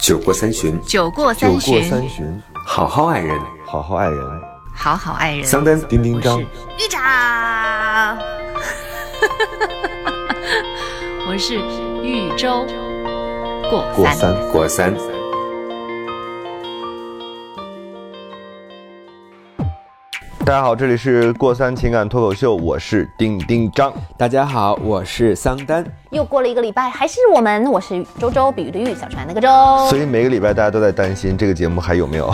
酒过三巡，酒过酒三过巡，三巡，好好爱人。好好爱人。好好爱人。桑丹，丁丁张，玉长， 我是豫州过过三。三。过三。大家好，这里是过三情感脱口秀，我是丁丁张。大家好，我是桑丹。又过了一个礼拜，还是我们，我是周周，比喻的喻，小船那个周。所以每个礼拜大家都在担心这个节目还有没 有。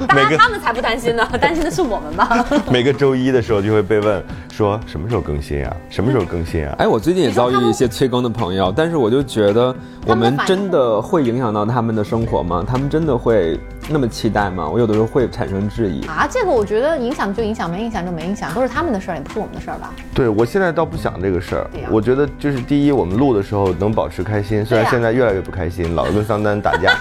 每当然个他们才不担心呢， 担心的是我们吧？每个周一的时候就会被问说什么时候更新啊？什么时候更新啊？哎，我最近也遭遇一些催更的朋友，但是我就觉得我们真的会影响到他们的生活吗？他们真的会那么期待吗？我有的时候会产生质疑。 啊，这个我觉得影响就影响，没影响就没影响，都是他们的事儿，也不是我们的事儿吧？对我现在倒不想这个事儿对呀，我觉得就是第一，我们录的时候能保持开心，虽然对呀现在越来越不开心，老是跟桑丹打 架，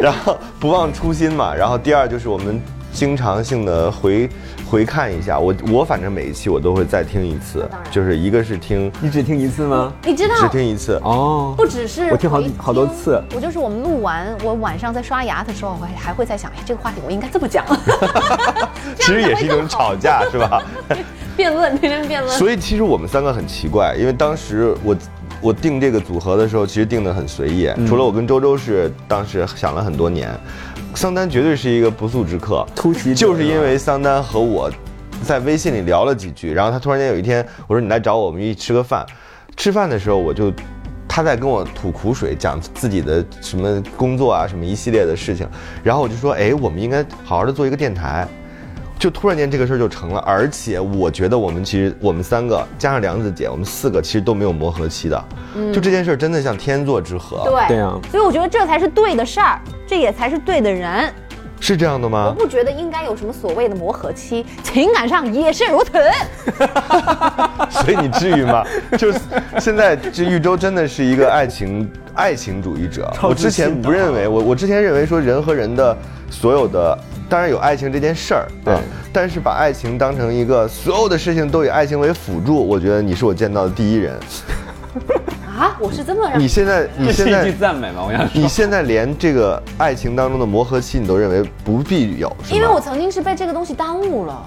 然后不忘初心嘛。然后第二就是我们经常性的回回看一下，我我反正每一期我都会再听一次当，然就是一个是听你只听一次吗？你知道，只听一次，哦，不只是我听好回好多次我就是我们录完，我晚上在刷牙的时候，我还还会在想，哎，这个话题我应该这么 讲，其实也是一种吵架，是吧？辩论，天天辩论。所以其实我们三个很奇怪，因为当时我我定这个组合的时候，其实定的很随意。除了我跟周周是当时想了很多年，桑丹绝对是一个不速之客，突袭者就是因为桑丹和我在微信里聊了几句，然后他突然间有一天我说你来找我，我们一起吃个饭。吃饭的时候我就。他在跟我吐苦水，讲自己的什么工作啊，什么一系列的事情，然后我就说，哎，我们应该好好的做一个电台，就突然间这个事儿就成了，而且我觉得我们其实我们三个加上梁子姐，我们四个其实都没有磨合期的，就这件事儿真的像天作之合，，对对啊所以我觉得这才是对的事儿，这也才是对的人。是这样的我吗？不觉得应该有什么所谓的磨合期，情感上也是如此。 所以你至于吗？就是现在这玉州真的是一个爱情爱情主义者，超我自之信的前不认为，我我之前认为说人和人的所有的。当然有爱情这件事儿，对啊但是把爱情当成一个所有的事情都以爱情为辅助，我觉得你是我见到的第一人。啊，我是这么让你现在，你 现在这是一句赞美吧，我想说。你现在连这个爱情当中的磨合期，你都认为不必有，是吗因为我曾经是被这个东西耽误了，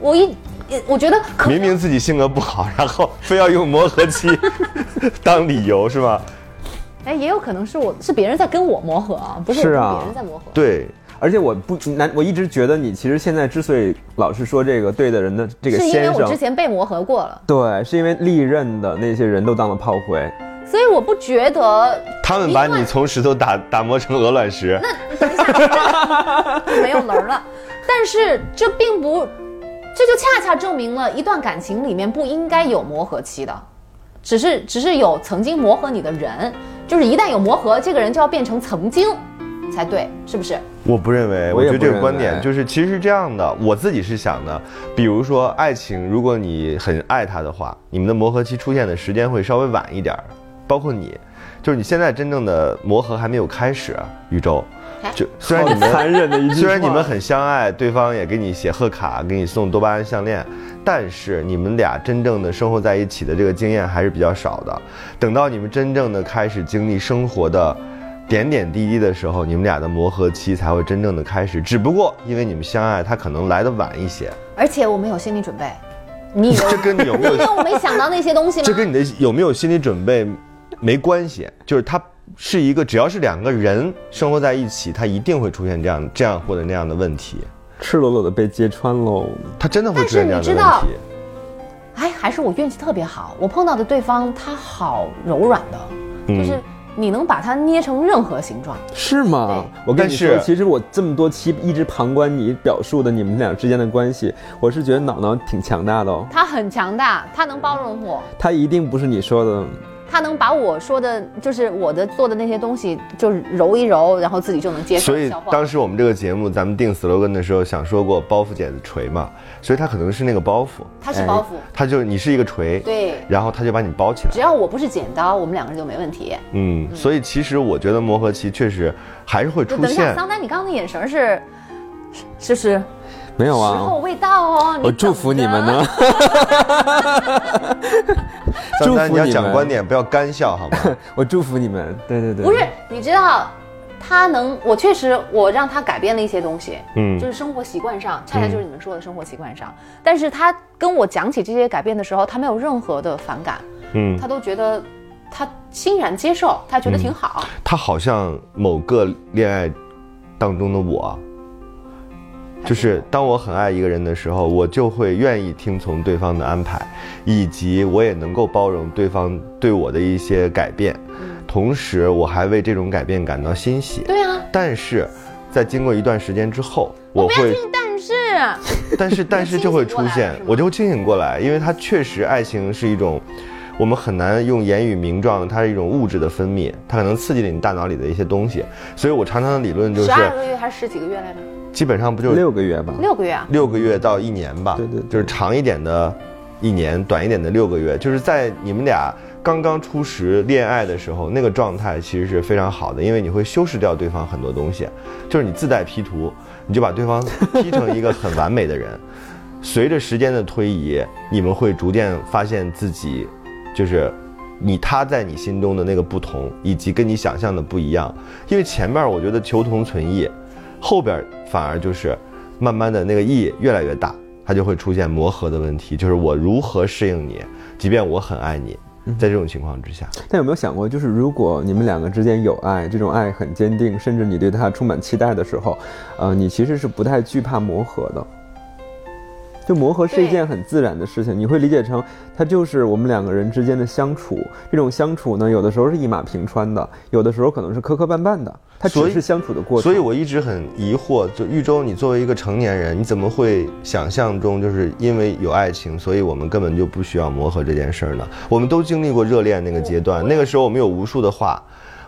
我一，也我觉得可明明自己性格不好，然后非要用磨合期 当理由，是吗？哎，也有可能是我是别人在跟我磨合啊，不是我是跟啊别人在磨合。对，而且我不难，我一直觉得你其实现在之所以老是说这个对的人的这个是因为先我之生，前被磨合过了，对，是因为历任的那些人都当了炮灰。所以我不觉得他们把你从石头打打磨成鹅卵石，没有门 儿了。但是这并不，这就恰恰证明了一段感情里面不应该有磨合期的，只是只是有曾经磨合你的人，就是一旦有磨合，这个人就要变成曾经，才对，是不是？我不认为，我我也觉得这不个认观点为就是其实是这样的，我自己是想的，比如说爱情，如果你很爱他的话，你们的磨合期出现的时间会稍微晚一点儿，包括你，就是你现在真正的磨合还没有开始，宇宙哎，就虽然好你啊们残忍 的一句话。虽然你们很相爱，对方也给你写贺卡，给你送多巴胺项链，但是你们俩真正的生活在一起的这个经验还是比较少的。等到你们真正的开始经历生活的点点滴滴的时候，你们俩的磨合期才会真正的开始。只不过因为你们相爱，他可能来的晚一 些，而且我们有心理准备，你以为这跟你有没有因为我没想到那些东西吗？这跟你的有没有心理准备没关系，就是它是一个只要是两个人生活在一起，它一定会出现这样这样或者那样的问题，赤裸裸的被揭穿喽。它真的会但出是现这样你的知问道题。，哎，还是我运气特别好，我碰到的对方他好柔软嗯的，就是你能把它捏成任何形状。是吗？我跟但你是说，其实我这么多期一直旁观你表述的你们俩之间的关系，我是觉得脑脑挺强大的哦。他很强大，他能包容我，他一定不是你说的，他能把我说的，就是我的做的那些东西，就是揉一揉，然后自己就能接受所以消化。当时我们这个节目，咱们定 slogan 的时候想说过包袱剪子锤嘛，所以它可能是那个包袱，他是包袱，它就是你是一个锤，对然后它就把你包起来只。要我不是剪刀，我们两个人就没问题。嗯，所以其实我觉得磨合期确实还是会就出等一下，现。桑丹，你刚刚的眼神是，是是没啊有不是时候啊。未到哦？你我祝福等你着们呢。张 丹，祝你福要你讲们观点，不要干笑， 好吗？我祝福你们。对对对，不是，你知道，他能，我确实我让他改变了一些东西，嗯就是生活习惯上，恰恰就是你们说的生活习惯上。但是他跟我讲起这些改变的时候，他没有任何的反感，嗯他，都觉得他欣然接受，他觉得挺好。他好像某个恋爱当中的我，就是当我很爱一个人的时候，我就会愿意听从对方的安排，以及我也能够包容对方对我的一些改变，同时我还为这种改变感到欣喜。对啊，但是，在经过一段时间之后，我不要会听，但是 但是但是就会出现清醒过来了是吗，我就会清醒过来，因为它确实爱情是一种，我们很难用言语名状，它是一种物质的分泌，它可能刺激了你大脑里的一些东西，所以我常常的理论就是啊十，二个月还是十几个月来着？基本上不就是六个月吧？六个月啊。六个月到一年吧，对对对就是长一点的一年，短一点的六个月，就是在你们俩刚刚初识恋爱的时候，那个状态其实是非常好的，因为你会修饰掉对方很多东西，就是你自带 P 图，你就把对方 P 成一个很完美的 人。随着时间的推移，你们会逐渐发现自己，就是你他在你心中的那个不同，以及跟你想象的不一样。因为前面我觉得求同存异，后边反而就是慢慢的那个异越来越大，它就会出现磨合的问题，就是我如何适应你，即便我很爱你，在这种情况之下，但有没有想过，就是如果你们两个之间有爱，这种爱很坚定，甚至你对他充满期待的时候，呃，你其实是不太惧怕磨合的。就磨合是一件很自然的事情，你会理解成它就是我们两个人之间的相处。这种相处呢，有的时候是一马平川的，有的时候可能是磕磕绊绊的，它所只以是相处的过程。所以我一直很疑惑，就玉州，你作为一个成年人，你怎么会想象中就是因为有爱情，所以我们根本就不需要磨合这件事儿呢？我们都经历过热恋那个阶段，那个时候我们有无数的话。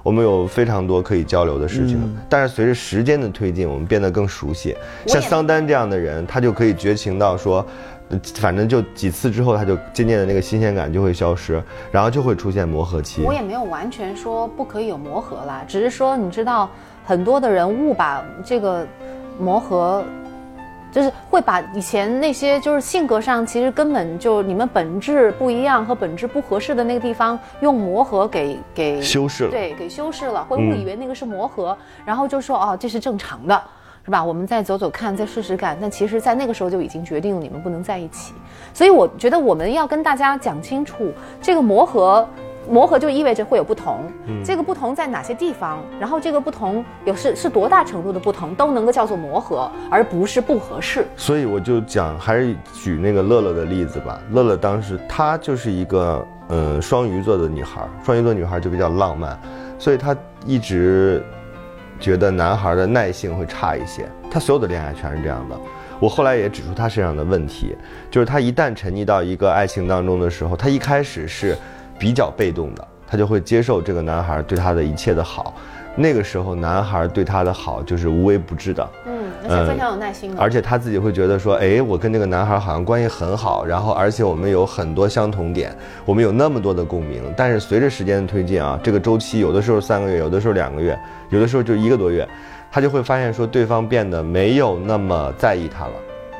我们有非常多可以交流的事情，但是随着时间的推进，我们变得更熟悉。我像也桑丹这样的人，他就可以绝情到说，呃反正就几次之后，他就渐渐的那个新鲜感就会消失，然后就会出现磨合期。我也没有完全说不可以有磨合啦，只是说你知道，很多的人误把这个磨合，就是会把以前那些就是性格上其实根本就你们本质不一样和本质不合适的那个地方，用磨合给给修饰了。对给修饰了，会误嗯以为那个是磨合，然后就说哦这是正常的。是吧？我们再走走看，再试试看。但其实，在那个时候就已经决定了你们不能在一起。所以我觉得我们要跟大家讲清楚，这个磨合，磨合就意味着会有不同，嗯这个不同在哪些地方，然后这个不同有是是多大程度的不同，都能够叫做磨合，而不是不合适。所以我就讲，还是举那个乐乐的例子吧。乐乐当时她就是一个呃双鱼座的女孩儿，双鱼座女孩儿就比较浪漫，所以她一直觉得男孩儿的耐性会差一些。她所有的恋爱全是这样的。我后来也指出她身上的问题，就是她一旦沉溺到一个爱情当中的时候，她一开始是比较被动的，她就会接受这个男孩儿对她的一切的好。那个时候，男孩儿对她的好就是无微不至的，嗯，且而非且非常常有耐心的。呃而且他自己会觉得说，哎，我跟这个男孩好像关系很好，然后而且我们有很多相同点，我们有那么多的共鸣。但是随着时间的推进啊，这个周期有的时候三个月，有的时候两个月，有的时候就一个多月，他就会发现说对方变得没有那么在意他了，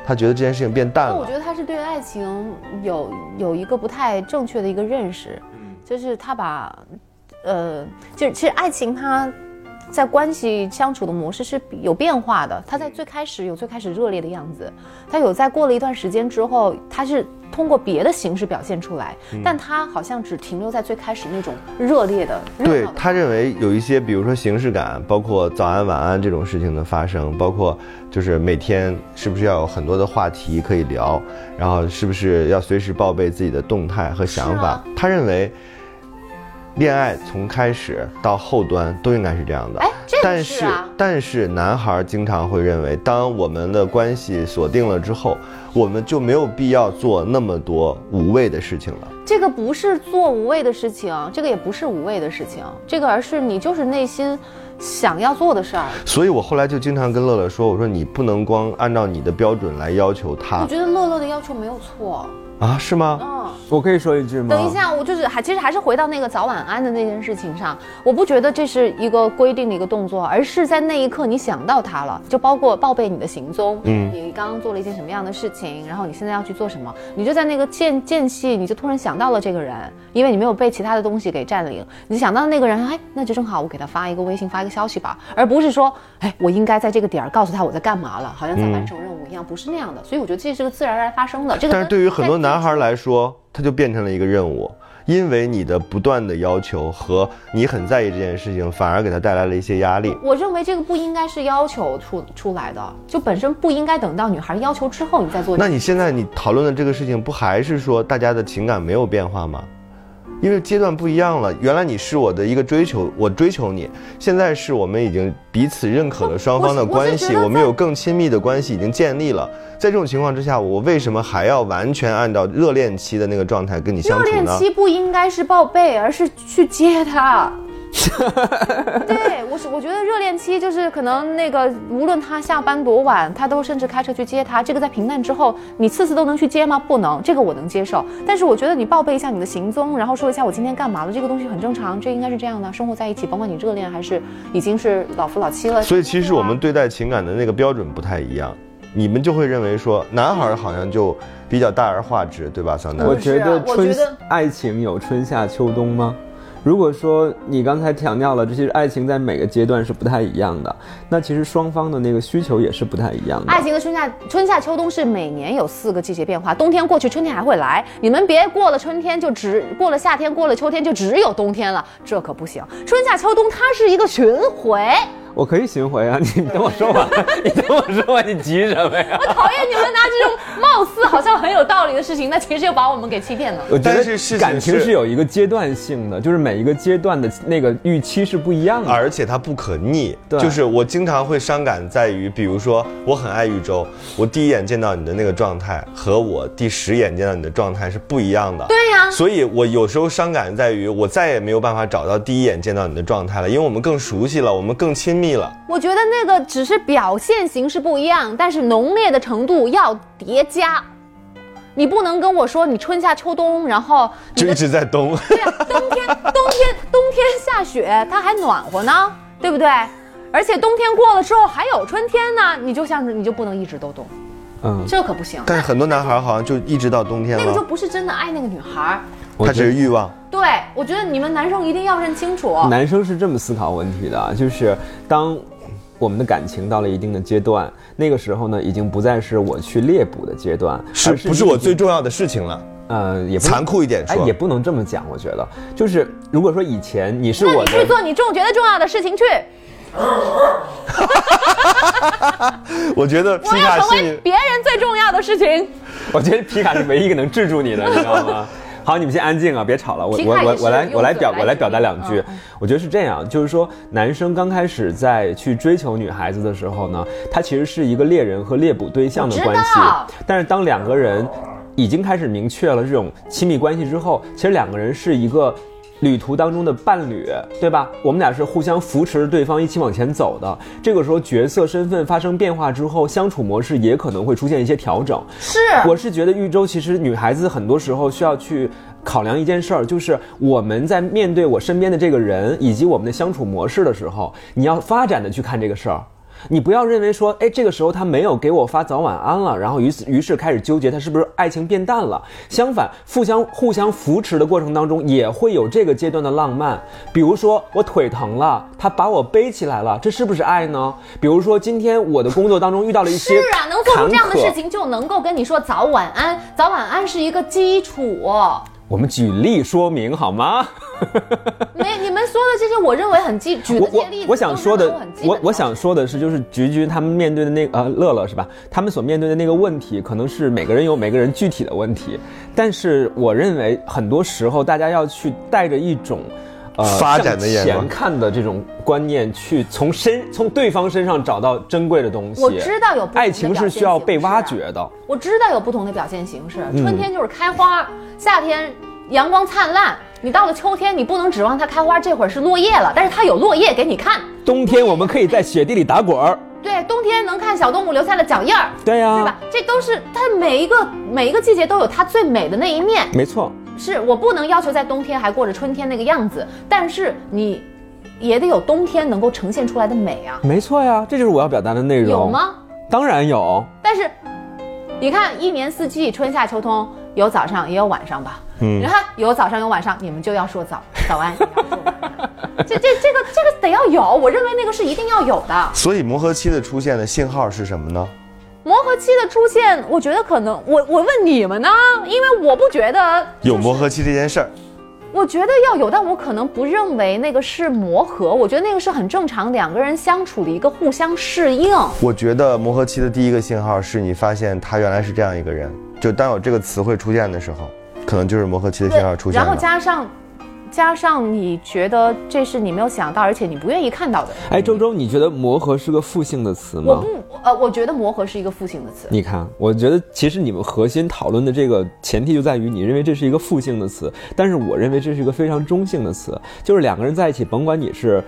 他觉得这件事情变淡那我了觉。得他是对爱情有有一个不太正确的一个认识，就是他把，呃，就是其实爱情它在关系相处的模式是有变化的。他在最开始有最开始热烈的样子，他有在过了一段时间之后，他是通过别的形式表现出来，但他好像只停留在最开始那种热烈的热对闹的。他认为有一些，比如说形式感，包括早安晚安这种事情的发生，包括就是每天是不是要有很多的话题可以聊，然后是不是要随时报备自己的动态和想是法。啊他认为，恋爱从开始到后端都应该是这样的。哎，这但个是是啊，但是男孩经常会认为，当我们的关系锁定了之后，我们就没有必要做那么多无谓的事情了。这个不是做无谓的事情，这个也不是无谓的事情，这个而是你就是内心想要做的事儿。所以我后来就经常跟乐乐说，我说你不能光按照你的标准来要求他我。觉得乐乐的要求没有错，啊，是吗？嗯。我可以说一句吗？等一，下，我就是还其实还是回到那个早晚安的那件事情上，我不觉得这是一个规定的一个动作，而是在那一刻你想到它了，就包括报备你的行踪，嗯你刚刚做了一件什么样的事情，然后你现在要去做什么，你就在那个间间隙，你就突然想到了这个人，因为你没有被其他的东西给占领，你想到那个人，哎，那就正好我给他发一个微信，发一个消息吧，而不是说，哎，我应该在这个点儿告诉他我在干嘛了，好像在完成任务一样，不是那样的，所以我觉得这是个自然而然发生的，这嗯个但是跟对于很多在男孩来说，它就变成了一个任务，因为你的不断的要求和你很在意这件事情，反而给他带来了一些压力。我认为这个不应该是要求出出来的，就本身不应该等到女孩要求之后你再做。那你现在你讨论的这个事情，不还是说大家的情感没有变化吗？因为阶段不一样了，原来你是我的一个追求，我追求你，现在是我们已经彼此认可了双方的我是关我是系，觉我得们有更亲密的关系已经建立了。在这种情况之下，我为什么还要完全按照热恋期的那个状态跟你相热处恋呢？期不应该是报备，而是去接 他。对，我是我觉得热恋期就是可能那个，无论他下班多晚，他都甚至开车去接他。这个在平淡之后，你次次都能去接吗？不能，这个我能接受。但是我觉得你报备一下你的行踪，然后说一下我今天干嘛了，这个东西很正常，这应该是这样的。生活在一起，甭管你热恋还是已经是老夫老妻了，所以其实我对啊们对待情感的那个标准不太一样，你们就会认为说男孩好像就比较大而化之，对吧，桑丹？我是觉得我春觉得爱情有春夏秋冬吗？如果说你刚才强调了，这些爱情在每个阶段是不太一样的，那其实双方的那个需求也是不太一样的。爱情的春夏春夏秋冬是每年有四个季节变化，冬天过去，春天还会来。你们别过了春天就只过了夏天，过了秋天就只有冬天了，这可不行。春夏秋冬它是一个巡回，我可以巡回啊， 你你等我说完，你等我说完，你急什么呀？我讨厌你们拿这种貌似好像很有道理的事情，那其实又把我们给欺骗了。我觉但得是事情感情是是有一个阶段性的，就是每一个阶段的那个预期是不一样的。而且它不可逆。对就是我经常会伤感在于，比如说我很爱豫州，我第一眼见到你的那个状态和我第十眼见到你的状态是不一样的。对啊呀、所以，我有时候伤感在于，我再也没有办法找到第一眼见到你的状态了，因为我们更熟悉了，我们更亲密了。我觉得那个只是表现形式不一样，但是浓烈的程度要叠加。你不能跟我说你春夏秋冬，然后你就的一直在 冬，对呀、冬天冬天冬天下雪，它还暖和呢，对不对？而且冬天过了之后还有春天呢，你就像是你就不能一直都冻，嗯，这可不行。但是很多男孩好像就一直到冬天那个就了，不是真的爱那个女孩儿。他只是欲望。对，我觉得你们男生一定要认清楚。男生是这么思考问题的啊，就是当我们的感情到了一定的阶段，那个时候呢，已经不再是我去猎捕的阶段，是而不是你我已最经重要的事情了？呃也不残酷一点哎说，也不能这么讲，我觉得就是如果说以前你是那我你去的，做你重觉得重要的事情去，我觉得我皮要卡成是为你别人最重要的事情。 我觉得皮卡是唯一一个能制住你的，你知道 吗？好，你们先安静啊，别吵了。我皮我卡也我是我来用我来嘴表来我来表决达定两句嗯。我觉得是这样，就是说男生刚开始在去追求女孩子的时候呢，他其实是一个猎人和猎捕对象的我知关系道。但是当两个人已经开始明确了这种亲密关系之后，其实两个人是一个。旅途当中的伴侣，对吧？我们俩是互相扶持着对方一起往前走的。这个时候角色身份发生变化之后，相处模式也可能会出现一些调整。是我是觉得豫州其实女孩子很多时候需要去考量一件事儿，就是我们在面对我身边的这个人以及我们的相处模式的时候，你要发展的去看这个事儿。你不要认为说，哎，这个时候他没有给我发早晚安了，然后于是于是开始纠结他是不是爱情变淡了。相反，互相互相扶持的过程当中，也会有这个阶段的浪漫。比如说我腿疼了，他把我背起来了，这是不是爱呢？比如说今天我的工作当中遇到了一些是啊，能做出这样的坎坷事情就能够跟你说早晚安，早晚安是一个基 础。我们举例说明好吗？没，你们说的这些，我认为很基举的我这我些例子，我想说都是的很基，本我我想说的是，就是菊菊他们面对的那个呃乐乐是吧？他们所面对的那个问题，可能是每个人有每个人具体的问题，但是我认为很多时候大家要去带着一种。呃，发展的眼光向前看的这种观念，去从身从对方身上找到珍贵的东西。我知道有不同的爱情是需要被挖掘嗯的。我知道有不同的表现形式，春天就是开花，夏天阳光灿烂。你到了秋天，你不能指望它开花，这会儿是落叶了，但是它有落叶给你看。冬天我们可以在雪地里打滚儿，对，冬天能看小动物留下的脚印儿，对呀、对吧？这都是它每一个每一个季节都有它最美的那一面。没错，是我不能要求在冬天还过着春天那个样子，但是你也得有冬天能够呈现出来的美啊，没错呀，这就是我哦要表达的内容。有？吗？当然有，但是你看，一年四季，春夏秋冬，有早上也有晚上吧。嗯你看有早上有晚上，你们就要说早早安，也要说晚 安。这这这个这个得要有，我认为那个是一定要有的。所以磨合期的出现的信号是什么呢？磨合期的出现，我觉得可能我我问你们呢，因为我不觉得有磨合期这件事儿，我觉得要有，但我可能不认为那个是磨合，我觉得那个是很正常两个人相处的一个互相适应。我觉得磨合期的第一个信号是你发现他原来是这样一个人，就当有这个词汇出现的时候，可能就是磨合期的信号出现然后了。加上加上你觉得这是你没有想到，而且你不愿意看到的。哎，周周，你觉得磨合是个负性的词我吗？不呃，我觉得磨合是一个负性的词。你看，我觉得其实你们核心讨论的这个前提就在于，你认为这是一个负性的词，但是我认为这是一个非常中性的词，就是两个人在一起，甭管你是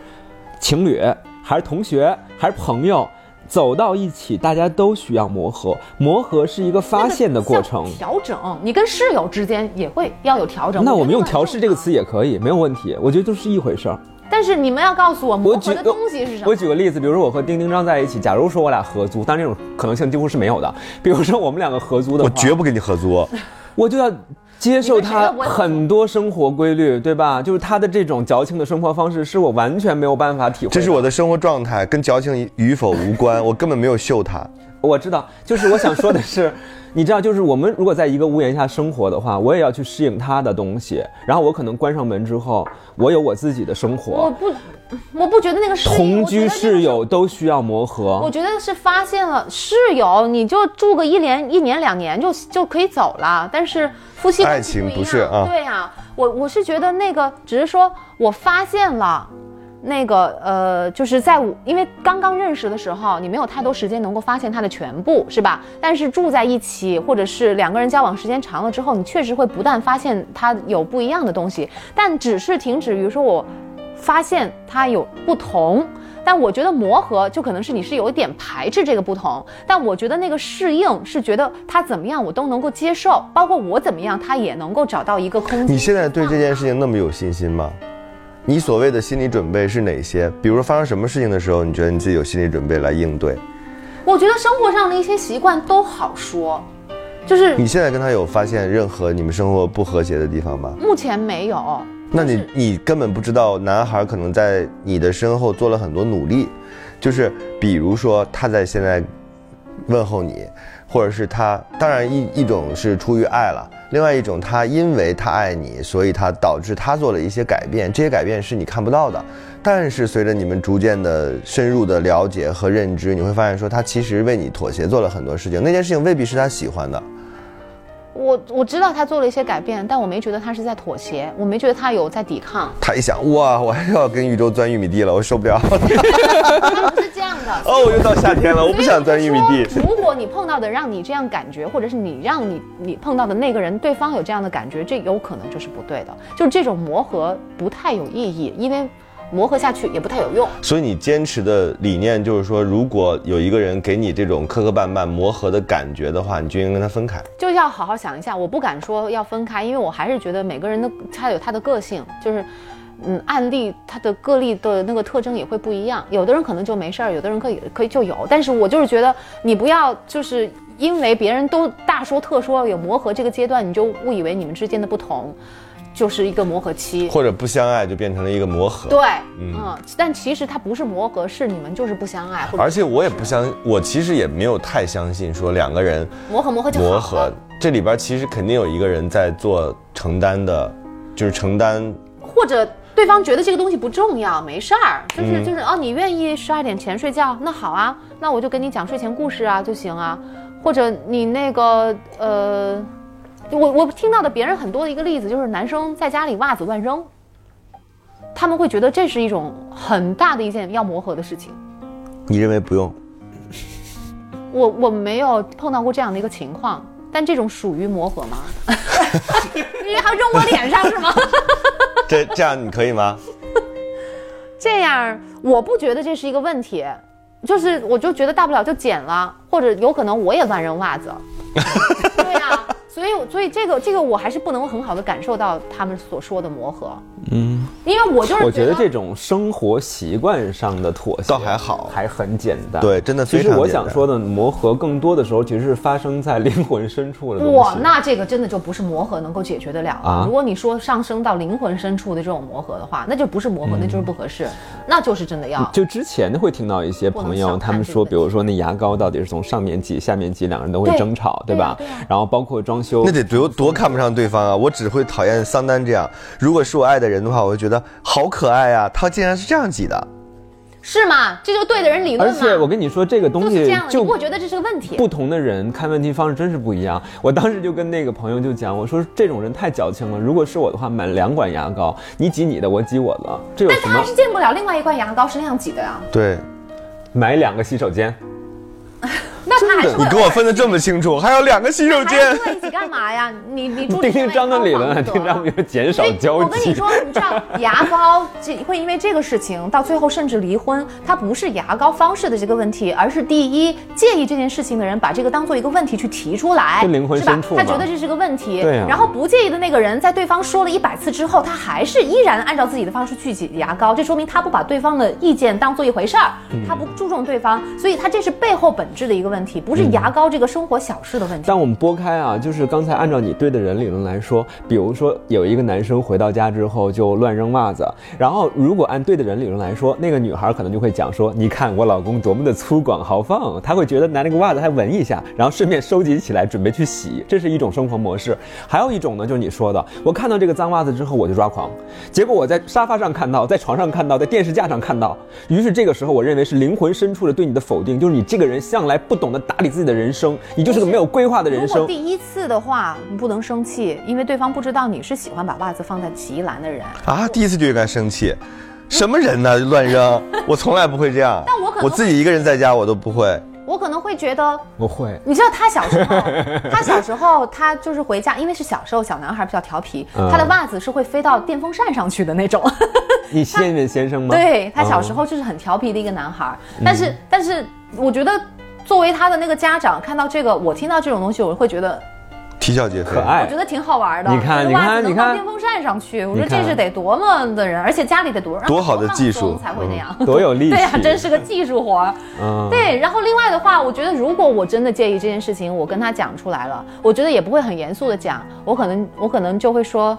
情侣还是同学还是朋友，走到一起，大家都需要磨合，磨合是一个发现的过程像。调整，你跟室友之间也会要有调整。那我觉们得用很调试这个词也可以，没有问题，我觉得都是一回事儿。正常，但是你们要告诉我我磨合举的东西是什我么？举个例子，比如说我和丁丁张在一起，假如说我俩合租，但这种可能性几乎是没有的。比如说我们两个合租的我话，绝不跟你合租，我就要接受他你们觉得我很多生活规律，对吧？就是他的这种矫情的生活方式，是我完全没有办法体会的。这是我的生活状态，跟矫情与否无关，我根本没有秀他。我知道，就是我想说的是， 你知道，就是我们如果在一个屋檐下生活的话，我也要去适应他的东西。然后我可能关上门之后，我有我自己的生我活。不，我不觉得那个是同我觉得居室。那个是友都需要磨我合，觉得是发现了室友，你就住个一年、一年、两年就就可以走了。但是夫妻关爱系情一不是样啊对呀、我我是觉得那个只是说我发现了。那个呃，就是在我因为刚刚认识的时候，你没有太多时间能够发现他的全部，是吧？但是住在一起，或者是两个人交往时间长了之后，你确实会不断发现他有不一样的东西，但只是停止于说我发现他有不同。但我觉得磨合就可能是你是有一点排斥这个不同，但我觉得那个适应是觉得他怎么样我都能够接受，包括我怎么样他也能够找到一个空你间。现在对这件事情那么有信心吗？你所谓的心理准备是哪些？比如说发生什么事情的时候，你觉得你自己有心理准备来应对？我觉得生活上的一些习惯都好说，就是你现在跟他有发现任何你们生活不和谐的地方吗？目前没有。那你你根本不知道，男孩可能在你的身后做了很多努力，就是比如说他在现在问候你，或者是他，当然一一种是出于爱了，另外一种他因为他爱你，所以他导致他做了一些改变，这些改变是你看不到的，但是随着你们逐渐的深入的了解和认知，你会发现说他其实为你妥协做了很多事情，那件事情未必是他喜欢的。我我知道他做了一些改变，但我没觉得他是在妥协，我没觉得他有在抵抗，他一想，哇，我还是要跟宇宙钻玉米地了，我受不了。他不是这样的。哦，我又到夏 天了，我不想钻玉米地。所以我说如果你碰到的让你这样感觉，或者是你让你你碰到的那个人对方有这样的感觉，这有可能就是不对的。就是这种磨合不太有意义，因为磨合下去也不太有用。所以你坚持的理念就是说，如果有一个人给你这种磕磕绊绊、磨合的感觉的话，你就应该跟他分开。就要好好想一下。我不敢说要分开，因为我还是觉得每个人的他有他的个性，就是。嗯，案例他的个例的那个特征也会不一样，有的人可能就没事儿，有的人可以可以就有。但是我就是觉得你不要就是因为别人都大说特说有磨合这个阶段，你就误以为你们之间的不同就是一个磨合期。或者不相爱就变成了一个磨合。对，嗯，但其实它不是磨合，是你们就是不相爱，或者而且我也不相，我其实也没有太相信说两个人磨合磨合就好磨 了。合，这里边其实肯定有一个人在做承担的，就是承担。或者对方觉得这个东西不重要，没事儿，就是就是哦，你愿意十二点前睡觉，那好啊，那我就跟你讲睡前故事啊就行啊，或者你那个呃，我我听到的别人很多的一个例子就是男生在家里袜子乱扔，他们会觉得这是一种很大的一件要磨合的事情。你认为不用？我我没有碰到过这样的一个情况，但这种属于磨合吗？ 你还扔我脸上是吗？这 这样你可以吗？这样，我不觉得这是一个问题。就是我就觉得大不了就剪了，或者有可能我也乱扔袜 子。对呀、所以我所以这个这个我还是不能很好的感受到他们所说的磨合，嗯，因为我就是我觉得这种生活习惯上的妥协倒还好还很简单。对真的非其常实简单我想说的磨合，更多的时候其实是发生在灵魂深处的东西。哇，那这个真的就不是磨合能够解决得了啊啊！如果你说上升到灵魂深处的这种磨合的话，那就不是磨合，那嗯就是不合适，那就是真的要就之前会听到一些朋不能友，小看他们说，这个问题比如说那牙膏到底是从上面挤、下面挤，两个人都会对争吵，对吧对啊对啊？然后包括装修那，得多多看不上对方啊！我只会讨厌桑丹这样。如果是我爱的人的话，我会觉得好可爱啊，他竟然是这样挤的。是吗？这就对的人理论而嘛。且我跟你说，这个就东是这西样的，你就不会觉得这是个问题？不同的人看问题方式真是不一样。我当时就跟那个朋友就讲，我说这种人太矫情了。如果是我的话，买两管牙膏，你挤你的，我挤我的，这有但什他还么？是见不了另外一罐牙膏是那样挤的呀、对买两个洗手间，那他还是你会跟我分得这么清楚，还有两个洗手还间是。会一起干嘛呀？你你 住丁丁张的理论，啊丁丁张就 是减所少以交哎我跟你集。说，你知道牙膏这会因为这个事情到最后甚至离婚，它不是牙膏方式的这个问题，而是第一介意这件事情的人把这个当做一个问题去提出来，就灵魂是吧深处嘛他觉得这是个问题。对啊然后不介意的那个人在对方说了一百次之后，他还是依然按照自己的方式去挤牙膏，这说明他不把对方的意见当做一回事儿，嗯他不注重对方，所以他这是背后本质的一个问题，不嗯是牙膏这个生活小事的问题。但我们拨开啊，就是刚才按照你对的人理论来说，比如说有一个男生回到家之后就乱扔袜子，然后如果按对的人理论来说，那个女孩可能就会讲说，你看我老公多么的粗犷豪放，她会觉得拿那个袜子还闻一下，然后顺便收集起来准备去洗，这是一种生活模式。还有一种呢，就是你说的，我看到这个脏袜子之后我就抓狂，结果我在沙发上看到，在床上看到，在电视架上看到，于是这个时候我认为是灵魂深处的对你的否定，就是你这个人向来不懂得打理自己的人生，你就是个没有规划的人如果生。第一次的话，你不能生气，因为对方不知道你是喜欢把袜子放在洗衣篮 的人。啊，第一次就应该生气，什么人呢？乱扔，我从来不会这样。但我可能自己一个人在家，我都不会。我可能会觉得，我会，你知道他小时 候，他小时候他就是回家，因为是小时候小男孩比较调皮，嗯他的袜子是会飞到电风扇上去的那 种。你谢面先生吗？嗯对他小时候、候就是很调皮的一个男孩儿，嗯但是但是我觉得。作为他的那个家长，看到这个，我听到这种东西，我会觉得，啼笑皆非。可我爱觉。得挺好玩的。哎你看这个袜子你看能你看放电风扇上去，我你说这看是得多么的人，而且家里得多让多好的放技术松才会那样。 多有力气，对呀、真是个技术活儿。嗯，对，然后另外的话，我觉得如果我真的介意这件事情，我跟他讲出来了，我觉得也不会很严肃的讲，我可能我可能就会说，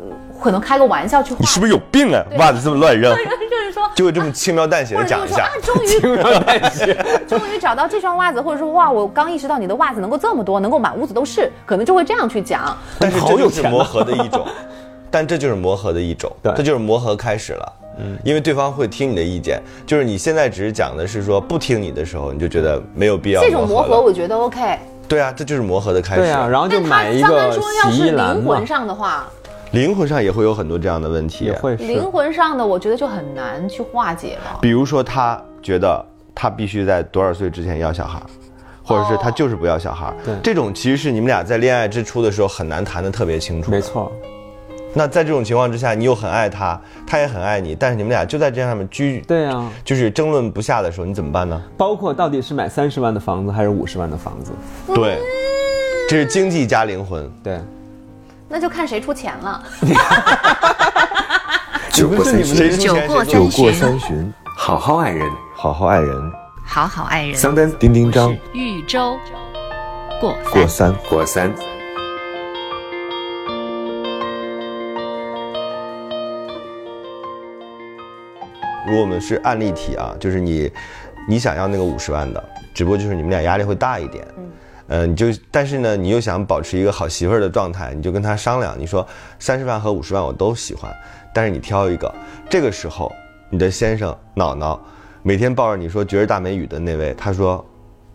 呃，可能开个玩笑去化你是不是有病啊？袜子这么乱扔，就是说，就会这么轻描淡写或的讲者就一是说下啊。，终于轻 描淡写。终于找到这双袜子，或者说哇，我刚意识到你的袜子能够这么多，能够满屋子都是，可能就会这样去讲。但是好这有就是钱磨呐合的一 种，但这就是磨合的一种，对这就是磨合开始了。嗯，因为对方会听你的意见，就是你现在只是讲的是说不听你的时候，你就觉得没有必要这种磨磨合，合了。我觉得 OK。对啊，这就是磨合的开始。对啊，然后就但他买一刚刚个说要洗衣是篮灵嘛魂，上的话，灵魂上也会有很多这样的问题啊也。会是灵魂上的我觉得就很难去化解了。比如说他觉得他必须在多少岁之前要小孩儿，或者是他就是不要小哦孩儿。对这种其实是你们俩在恋爱之初的时候很难谈得特别清楚。没。错。那在这种情况之下，你又很爱他，他也很爱你，但是你们俩就在这上面居，对啊，就是争论不下的时候，你怎么办呢？包括到底是买三十万的房子还是五十万的房子？嗯对，这是经济加灵魂。对，那就看谁出钱了。酒过三巡谁出酒钱过三谁出酒钱过三巡，好好爱人。好好爱人，好好爱人，桑丹丁丁张豫州过三过。三。果三。如果我们是案例题啊，就是你，你想要那个五十万的，只不过就是你们俩压力会大一点。嗯，呃，你就但是呢，你又想保持一个好媳妇儿的状态，你就跟他商量，你说三十万和五十万我都喜欢，但是你挑一个。这个时候，你的先生脑脑每天抱着你说觉着大美女的那位，他说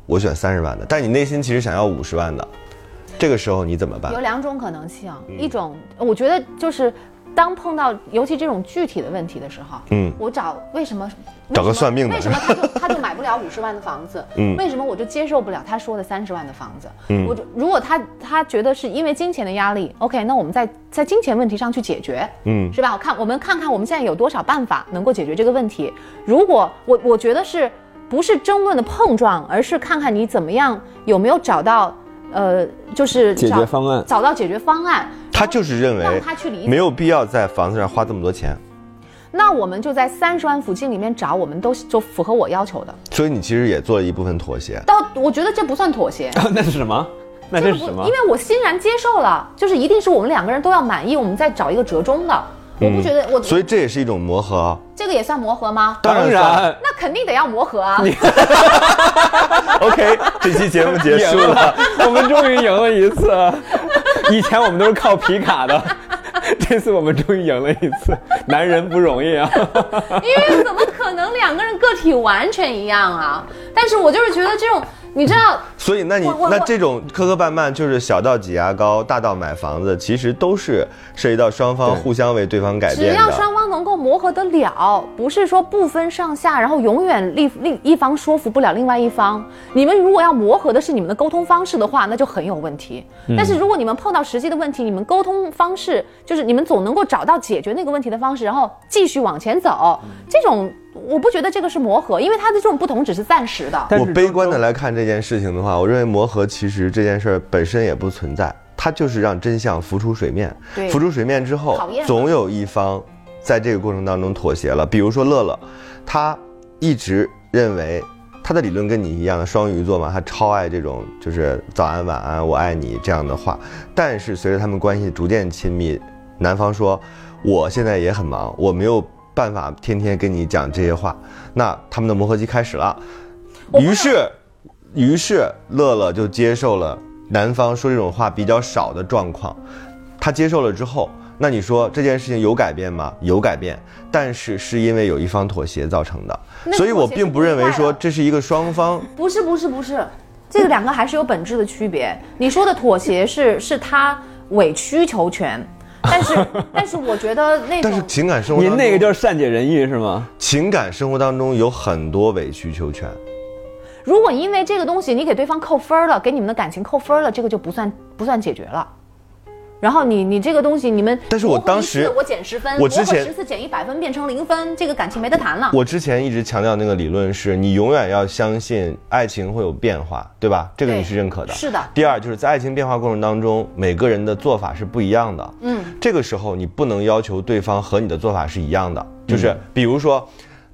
我选三十万的，但你内心其实想要五十万的，这个时候你怎么办有？两种可能性，嗯一种我觉得就是当碰到尤其这种具体的问题的时候，嗯，我找为什么为找个什么算命的为什么 他就他就买不了五十万的房子？嗯为什么我就接受不了他说的三十万的房子？嗯我就如果他他觉得是因为金钱的压力，OK，那我们在在金钱问题上去解决，嗯，是吧？我看我们看看我们现在有多少办法能够解决这个问题。如果我我觉得是不是争论的碰撞，而是看看你怎么样有没有找到，呃，就是解决找方案 找到解决方案。他就是认让为他去理解没有必要在房子上花这么多钱，那我们就在三十万附近里面找，我们都就符合我要求的。所以你其实也做了一部分妥协。到我觉得这不算妥协，那是什么？那这是不什么因？为我欣然接受了，就是一定是我们两个人都要满意，我们再找一个折中的。我嗯不觉得我，所以这也是一种磨合啊。这个也算磨合吗？当然然，那肯定得要磨合啊！ OK，这期节目结束赢了。了， 我们终于赢了一次。以前我们都是靠皮卡的，这次我们终于赢了一次。男人不容易啊！ 因为怎么可能两个人个体完全一样啊？但是我就是觉得这种，你知道， 所以，那你我我那我这种磕磕绊绊，就是小到挤牙膏，大到买房子，其实都是涉及到双方对互相为对方改只变要的。双方能够磨合得了，不是说不分上下，然后永远另另一方说服不了另外一方。你们如果要磨合的是你们的沟通方式的话，那就很有问题。嗯但是如果你们碰到实际的问题，你们沟通方式就是你们总能够找到解决那个问题的方式，然后继续往前走。嗯这种我不觉得这个是磨合，因为它的这种不同只是暂时的。但我是悲观的来看这件事情的话，我认为磨合其实这件事儿本身也不存在，它就是让真相浮出水面对。浮出水面之后考验，了总有一方在这个过程当中妥协了。比如说乐乐，他一直认为他的理论跟你一样的双鱼座嘛，他超爱这种就是早安晚安我爱你这样的话。但是随着他们关系逐渐亲密，男方说我现在也很忙，我没有办法天天跟你讲这些话。那他们的磨合期开始了，我不于是，于是乐乐就接受了男方说这种话比较少的状况。他接受了之后，那你说这件事情有改变吗？有改变，但是是因为有一方妥协造成的，那个所以我妥协是并不认为最坏说的这是一个双方不是不是不是，这个两个还是有本质的区别。你说的妥协是是他委曲求全，但是 但是我觉得那但是种情感生活当中，您那个就是善解人意是吗？情感生活当中有很多委曲求全，如果因为这个东西你给对方扣分了，给你们的感情扣分了，这个就不算不算解决了。然后你你这个东西你们，但是我当时磨合一次我减十分，我之前十次减一百分变成零分，这个感情没得谈了。我之前一直强调那个理论是，你永远要相信爱情会有变化，对吧？这个你对是认可的。是的第二就是在爱情变化过程当中，每个人的做法是不一样的。嗯，这个时候你不能要求对方和你的做法是一样的，嗯就是比如说，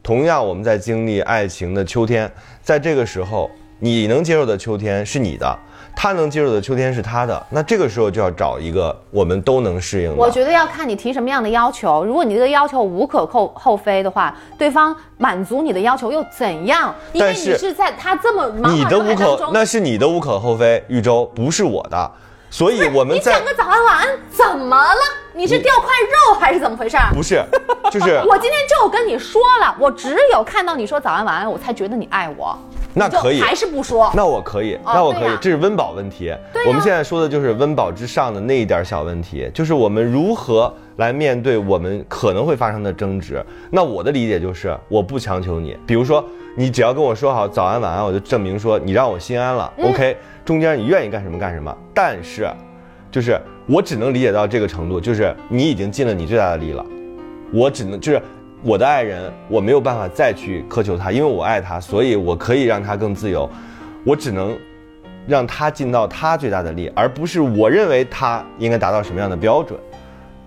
同样我们在经历爱情的秋天，在这个时候你能接受的秋天是你的。他能接受的秋天是他的，那这个时候就要找一个我们都能适应的。我觉得要看你提什么样的要求。如果你的要求无可厚厚非的话，对方满足你的要求又怎样？因为但是你是在他这么忙你的乱状无态当可中，那是你的无可厚非，玉州不是我的，所以我们你在讲个早安晚安怎么了？你是掉块肉还是怎么回事儿？哦不是，就是 我今天就跟你说了，我只有看到你说早安晚安，我才觉得你爱我。那可以就，还是不说。那我可以，那我可哦对以呀，这是温饱问题对。呀我们现在说的就是温饱之上的那一点小问题，就是我们如何来面对我们可能会发生的争执。那我的理解就是，我不强求你，比如说你只要跟我说好早安晚安，我就证明说你让我心安了。OK，中嗯间你愿意干什么干什么，但是就是我只能理解到这个程度，就是你已经尽了你最大的力了，我只能就是我的爱人，我没有办法再去苛求他，因为我爱他，所以我可以让他更自由，我只能让他尽到他最大的力，而不是我认为他应该达到什么样的标准，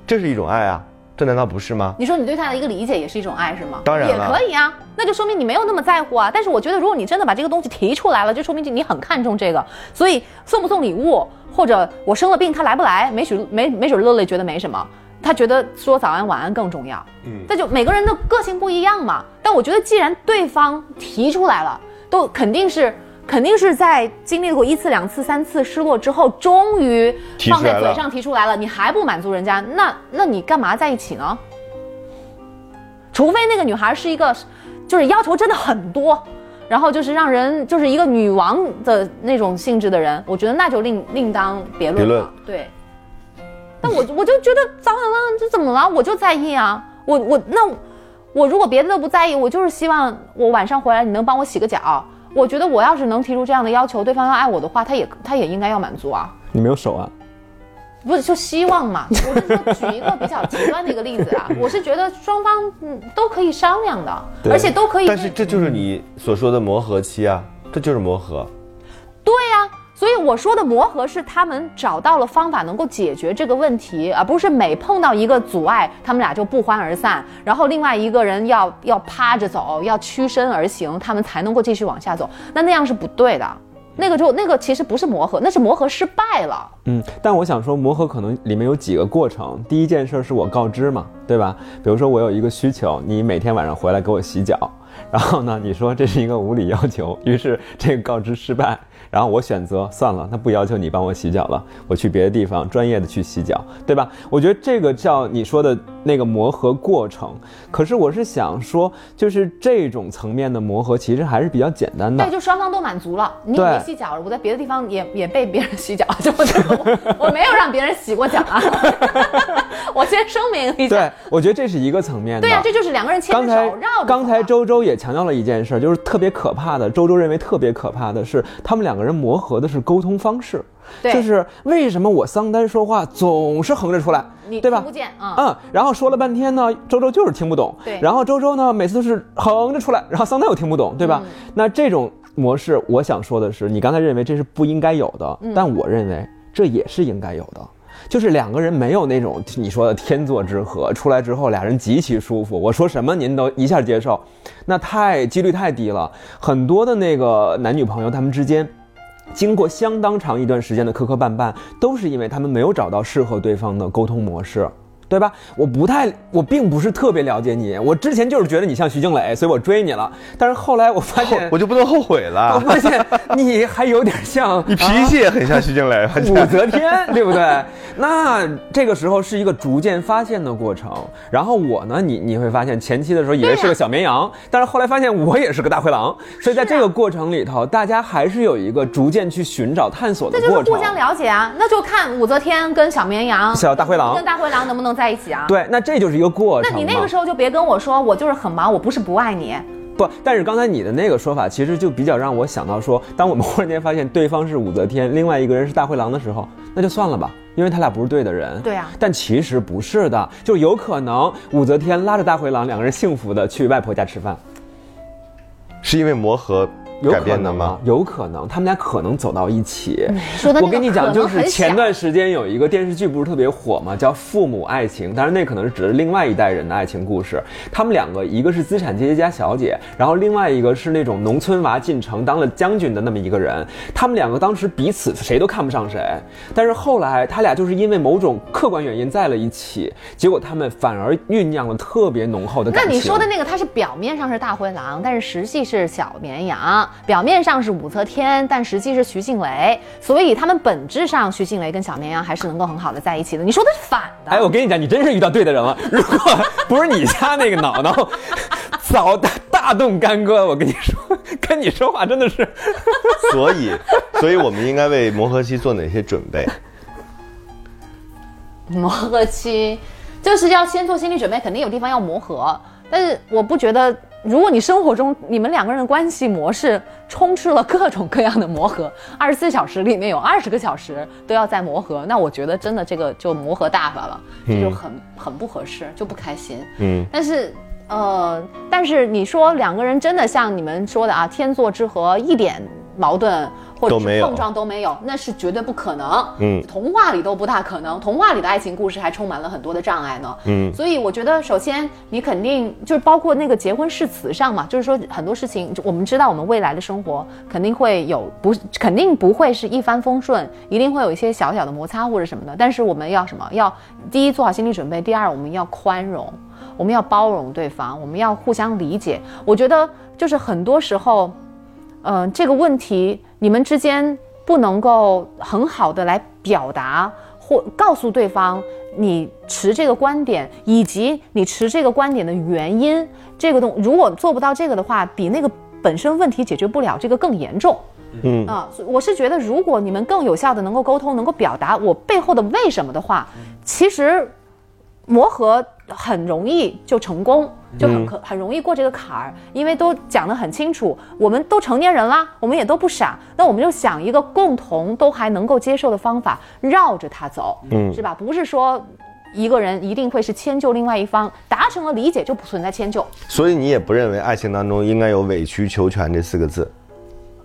这是一种爱啊，这难道不是吗？你说你对他的一个理解也是一种爱是吗？当然也了可以啊，那就说明你没有那么在乎啊。但是我觉得，如果你真的把这个东西提出来了，就说明你很看重这个。所以送不送礼物，或者我生了病他来不来，没准没没准乐乐觉得没什么，他觉得说早安晚安更重要。嗯，那就每个人的个性不一样嘛。但我觉得，既然对方提出来了，都肯定是。肯定是在经历过一次、两次、三次失落之后，终于提出放在来嘴了上提出来了，你还不满足人家，那那你干嘛在一起呢？除非那个女孩是一个，就是要求真的很多，然后就是让人就是一个女王的那种性质的人，我觉得那就另另当别论了。别论对。但我我就觉得早晚晚这怎么了？我就在意啊，我我那我如果别的都不在意，我就是希望我晚上回来你能帮我洗个脚。我觉得我要是能提出这样的要求，对方要爱我的话，他也他也应该要满足啊。你没有手啊？不是就希望嘛？我是说举一个比较极端的一个例子啊，我是觉得双方嗯都可以商量的，而且都可以对。但是这就是你所说的磨合期啊，这就是磨合。对呀、所以我说的磨合是他们找到了方法能够解决这个问题，而不是每碰到一个阻碍，他们俩就不欢而散，然后另外一个人要要趴着走，要屈身而行，他们才能够继续往下走。那那样是不对的，那个就那个其实不是磨合，那是磨合失败了。嗯，但我想说，磨合可能里面有几个过程。第一件事是我告知嘛，对吧？比如说我有一个需求，你每天晚上回来给我洗脚， 然后呢，你说这是一个无理要求，于是这个告知失败，然后我选择算了，那不要求你帮我洗脚了，我去别的地方专业的去洗脚，对吧？我觉得这个叫你说的那个磨合过程。可是我是想说，就是这种层面的磨合其实还是比较简单的对，。就双方都满足了。你对也洗脚了，我在别的地方也也被别人洗脚，就 我我我没有让别人洗过脚啊。 我先声明一下对，，我觉得这是一个层面的。对呀、啊这就是两个人牵刚着才手绕着走啊。刚才周周也强调了一件事儿，就是特别可怕的。周周认为特别可怕的是，他们两个人磨合的是沟通方式，对就是为什么我桑丹说话总是横着出来你，对吧听不？见啊。嗯，然后说了半天呢，周周就是听不懂。对然后周周呢，每次都是横着出来，然后桑丹又听不懂，对吧？那这种模式，我想说的是，你刚才认为这是不应该有的，但我认为这也是应该有的。就是两个人没有那种你说的天作之合，出来之后俩人极其舒服，我说什么您都一下接受，那太几率太低了。很多的那个男女朋友他们之间。经过相当长一段时间的磕磕绊绊，都是因为他们没有找到适合对方的沟通模式，对吧？我不太，我并不是特别了解你，我之前就是觉得你像徐静蕾，所以我追你了。但是后来我发现， 哦我就不能后悔我了。发现你还有点像 你脾气也很像徐静蕾， 武则天， 对不对？那这个时候是一个逐渐发现的过程。然后我呢，你你会发现前期的时候以为是个小绵羊，但是后来发现我也是个大灰狼。啊所以在这个过程里头，大家还是有一个逐渐去寻找、探索的这就过是程互。相了解啊，那就看武则天跟小绵羊、小大灰狼跟大灰狼能不能在一起啊？。对，那这就是一个过那程嘛。你那个时候就别跟我说，我就是很忙，我不是不爱你。不，但是刚才你的那个说法，其实就比较让我想到说，当我们忽然间发现对方是武则天，另外一个人是大灰狼的时候，那就算了吧，因为他俩不是对的人。对啊但其实不是的，就有可能武则天拉着大灰狼，两个人幸福的去外婆家吃饭，是因为磨合有改可变的能吗嗯啊？？有可能，他们俩可能走到一起。说的那 我个跟你讲，可能就是很前小段时间有一个电视剧不是特别火嘛，叫《父母爱情》，当然那可能是指的另外一代人的爱情故事。他们两个，一个是资产阶级家小姐，然后另外一个是那种农村娃进城当了将军的那么一个人。他们两个当时彼此谁都看不上谁，但是后来他俩就是因为某种客观原因在了一起，结果他们反而酝酿了特别浓厚的感那情。你说的那个，它是表面上是大灰狼，但是实际是小绵羊；表面上是武则天，但实际是徐静蕾。所以他们本质上，徐静蕾跟小绵羊还是能够很好的在一起的。你说的是反的，哎，我跟你讲，你真是遇到对的人了。 如果不是你家那个脑脑，早大大动干戈。我跟你说， 跟你说话真的是，啊所以，所以我们应该为磨合期做哪些准 备？磨合期就是要先做心理准备，肯定有地方要磨合。但是我不觉得，如果你生活中你们两个人的关系模式充斥了各种各样的磨合， 二十四小时里面有二十个小时都要在磨合，那我觉得真的这个就磨合大发了，这嗯就很、很不合适，就不开心。嗯，但是。呃，但是你说两个人真的像你们说的啊，天作之合，一点矛盾或者都没是有碰撞都没有，那是绝对不可能。嗯童话里都不大可能，童话里的爱情故事还充满了很多的障碍呢。嗯所以我觉得，首先你肯定就是包括那个结婚誓词上嘛，就是说很多事情，我们知道我们未来的生活肯定会有不，肯定不会是一帆风顺，一定会有一些小小的摩擦或者什么的。但是我们要什么？要第一做好心理准备，第二我们要宽容，我们要包容对方，我们要互相理解。我觉得就是很多时候。嗯、这个问题你们之间不能够很好的来表达或告诉对方你持这个观点，以及你持这个观点的原因，这个东如果做不到这个的话，比那个本身问题解决不了这个更严重。嗯啊，所以我是觉得，如果你们更有效的能够沟通，能够表达我背后的为什么的话，其实磨合很容易就成功，就很可很容易过这个坎儿，因为都讲得很清楚，我们都成年人啦，我们也都不傻，那我们就想一个共同都还能够接受的方法，绕着它走，嗯，是吧？不是说一个人一定会是迁就另外一方，达成了理解就不存在迁就，所以你也不认为爱情当中应该有委曲求全这四个字。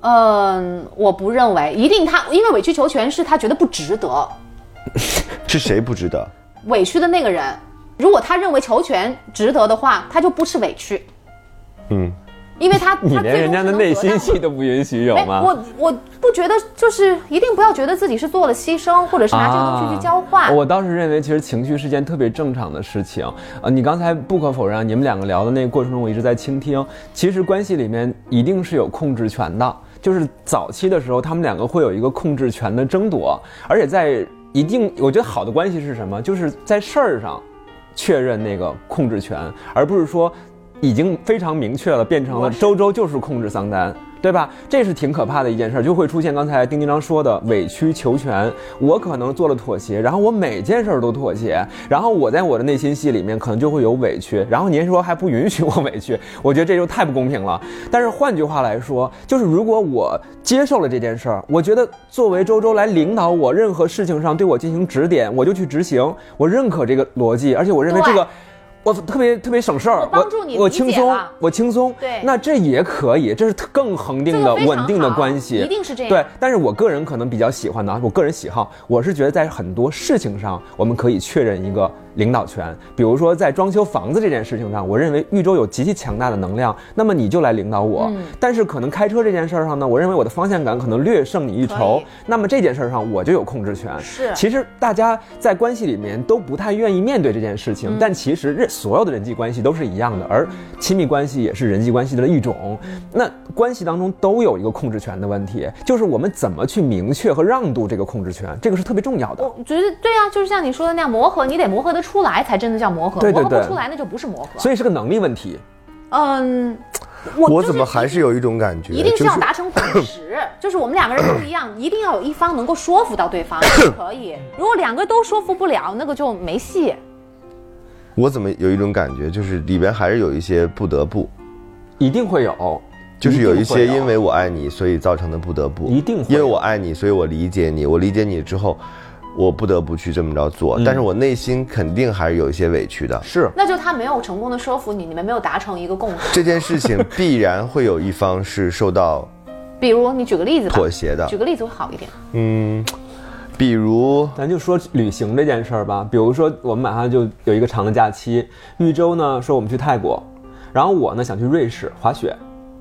嗯，我不认为一定他，因为委曲求全是他觉得不值得，是谁不值得？委屈的那个人，如果他认为求全值得的话，他就不是委屈。嗯，因为他 你他连最人终家是的能内得心啊到戏都不允许有哎，吗？我我不觉得，就是一定不要觉得自己是做了牺牲，或者是拿这个东西去交换。啊我倒是认为，其实情绪是件特别正常的事情。呃，你刚才不可否认啊，你们两个聊的那个过程中，我一直在倾听。其实关系里面一定是有控制权的，就是早期的时候，他们两个会有一个控制权的争夺，而且在一定，我觉得好的关系是什么？就是在事儿上确认那个控制权，而不是说已经非常明确了，变成了周周就是控制桑丹，对吧？这是挺可怕的一件事儿，就会出现刚才丁丁章说的委曲求全。我可能做了妥协，然后我每件事儿都妥协，然后我在我的内心戏里面可能就会有委屈，然后您说还不允许我委屈，我觉得这就太不公平了。但是换句话来说，就是如果我接受了这件事儿，我觉得作为周周来领导我任何事情上对我进行指点，我就去执行，我认可这个逻辑，而且我认为这个对。我特别特别省事儿，我帮助你我理解轻松了，我轻松。对那这也可以，这是特更恒定的、这个非常稳定的好关系，一定是这样对，但是我个人可能比较喜欢的啊，我个人喜好，我是觉得在很多事情上，我们可以确认一个领导权。比如说在装修房子这件事情上，我认为豫州有极其强大的能量，那么你就来领导我。嗯但是可能开车这件事儿上呢，我认为我的方向感可能略胜你一筹可以，那么这件事儿上我就有控制权。是其实大家在关系里面都不太愿意面对这件事情，但其实人所有的人际关系都是一样的，而亲密关系也是人际关系的一种。那关系当中都有一个控制权的问题，就是我们怎么去明确和让渡这个控制权，这个是特别重要的。我觉得对啊，就是像你说的那样磨合，你得磨合得出来才真的叫磨合，对对磨合对不出来那就不是磨合。所以是个能力问题。嗯，我我就是怎么还是有一种感觉，一定是就要达成共 识，就是我们两个人不一样，一定要有一方能够说服到对方才可嗯以。如果两个都说服不了，那个就没戏。我怎么有一种感觉，就是里边还是有一些不得不，一定会有，就是有一些定会因为我爱你所以造成的不得不，一定会因为我爱你，所以我理解你，我理解你之后，我不得不去这么着嗯做，但是我内心肯定还是有一些委屈 的。是那就他没有成功的说服你，你们没有达成一个共识。这件事情必然会有一方是受到比如你举个例子吧，妥协的举，个例子会好一点。嗯，比如咱就说旅行这件事儿吧，比如说我们马上就有一个长的假期，豫州呢说我们去泰国，然后我呢想去瑞士滑雪，